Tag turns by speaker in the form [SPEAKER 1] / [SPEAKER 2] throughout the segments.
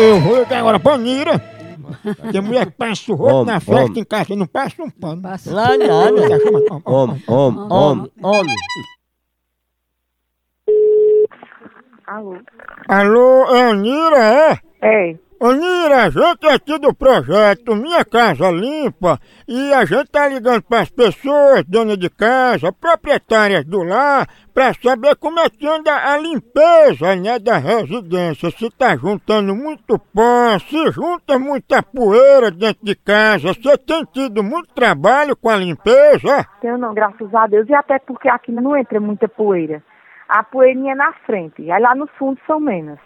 [SPEAKER 1] Eu vou dar agora banheira. Tem mulher que passa o rosto
[SPEAKER 2] Homem,
[SPEAKER 1] na festa
[SPEAKER 2] homem.
[SPEAKER 1] em casa e não passa um pano.
[SPEAKER 3] Passa.
[SPEAKER 4] Lá nada.
[SPEAKER 2] Homem, homem, homem, homem.
[SPEAKER 5] Alô?
[SPEAKER 1] Alô, Anira, é?
[SPEAKER 5] É,
[SPEAKER 1] Anira, a gente é aqui do projeto Minha Casa Limpa e a gente tá ligando para as pessoas, donas de casa, proprietárias do lar, para saber como é que anda a limpeza né, da residência. Se tá juntando muito pó, se junta muita poeira dentro de casa, você tem tido muito trabalho com a limpeza?
[SPEAKER 5] tenho não, graças a Deus. E até porque aqui não entra muita poeira. A poeirinha é na frente, aí lá no fundo são menos.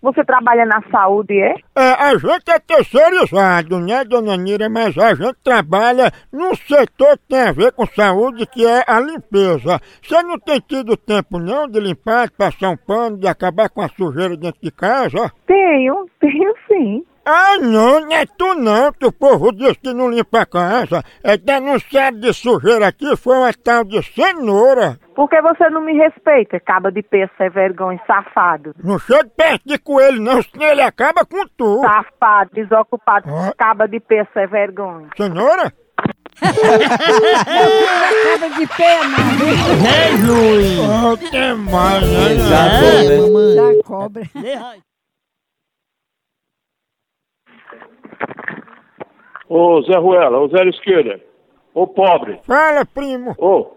[SPEAKER 5] Você trabalha na saúde, é?
[SPEAKER 1] É, a gente é terceirizado, né, dona Nira? Mas a gente trabalha num setor que tem a ver com saúde, que é a limpeza. Você não tem tido tempo, não, de limpar, de passar um pano, de acabar com a sujeira dentro de casa?
[SPEAKER 5] Tenho, tenho sim.
[SPEAKER 1] Ah, não, não é tu não, que o povo diz que não limpa a casa. É denunciado de sujeira aqui, foi uma tal de cenoura.
[SPEAKER 5] Porque você não me respeita, caba de peça, é vergonha, safado.
[SPEAKER 1] Não chega perto de coelho, não, senão ele acaba com tu.
[SPEAKER 5] Safado, desocupado,
[SPEAKER 1] Ah.
[SPEAKER 5] caba de peça, é vergonha.
[SPEAKER 1] Cenoura?
[SPEAKER 3] Acaba de pena.
[SPEAKER 4] Né, Juiz?
[SPEAKER 1] Oh, que mais, né?
[SPEAKER 4] É,
[SPEAKER 3] Da cobra.
[SPEAKER 6] Ô Zé Ruela, ô Zé Esquerda, ô pobre,
[SPEAKER 1] Fala, primo.
[SPEAKER 6] ô,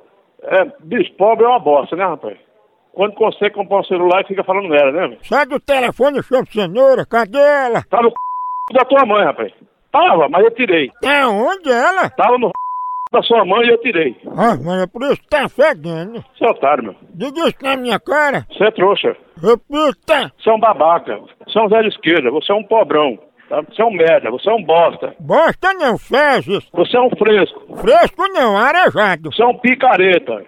[SPEAKER 6] é, bicho, pobre é uma bosta, né, rapaz? Quando consegue comprar um celular e fica falando nela, né? velho?
[SPEAKER 1] Sai do telefone, chama cenoura, cadê ela?
[SPEAKER 6] Tá no c... da tua mãe, rapaz. Tava, mas eu tirei.
[SPEAKER 1] Tá onde ela?
[SPEAKER 6] Tava no c... da sua mãe e eu tirei.
[SPEAKER 1] Ah, mas é por isso que tá fedendo.
[SPEAKER 6] Você é otário, meu.
[SPEAKER 1] Diga isso na minha cara.
[SPEAKER 6] Você é trouxa.
[SPEAKER 1] Repita.
[SPEAKER 6] Você é um babaca. Você é um Zé Esquerda, você é um pobrão. Tá? Você é um merda, você é um bosta.
[SPEAKER 1] Bosta não, fezes.
[SPEAKER 6] Você é um fresco.
[SPEAKER 1] Fresco não, arejado.
[SPEAKER 6] Você é um picareta.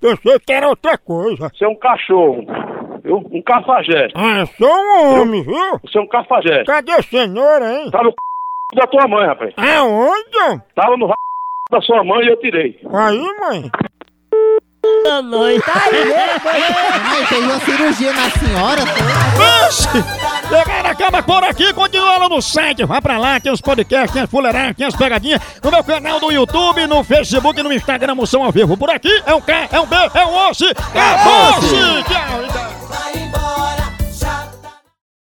[SPEAKER 1] Pensei que era outra coisa.
[SPEAKER 6] Você é um cachorro. Viu? Um cafajeste.
[SPEAKER 1] Ah, sou um homem, viu?
[SPEAKER 6] Você é um cafajeste.
[SPEAKER 1] Cadê cenoura, hein?
[SPEAKER 6] Tá no c... da tua mãe, rapaz.
[SPEAKER 1] Aonde?
[SPEAKER 6] Tava no r... da sua mãe e eu tirei.
[SPEAKER 1] Tá Aí, mãe.
[SPEAKER 4] da noite.
[SPEAKER 7] Ai, fez uma cirurgia na senhora, foi?
[SPEAKER 1] Pegaram acaba por aqui, continua lá no site, vai pra lá, tem os podcasts, tem as fuleiras, tem as pegadinhas, no meu canal do YouTube, no Facebook,
[SPEAKER 7] É
[SPEAKER 1] no Instagram, moção ao vivo. Por aqui é um K, é um B, é um Osso, é Osso! Tchau, tchau!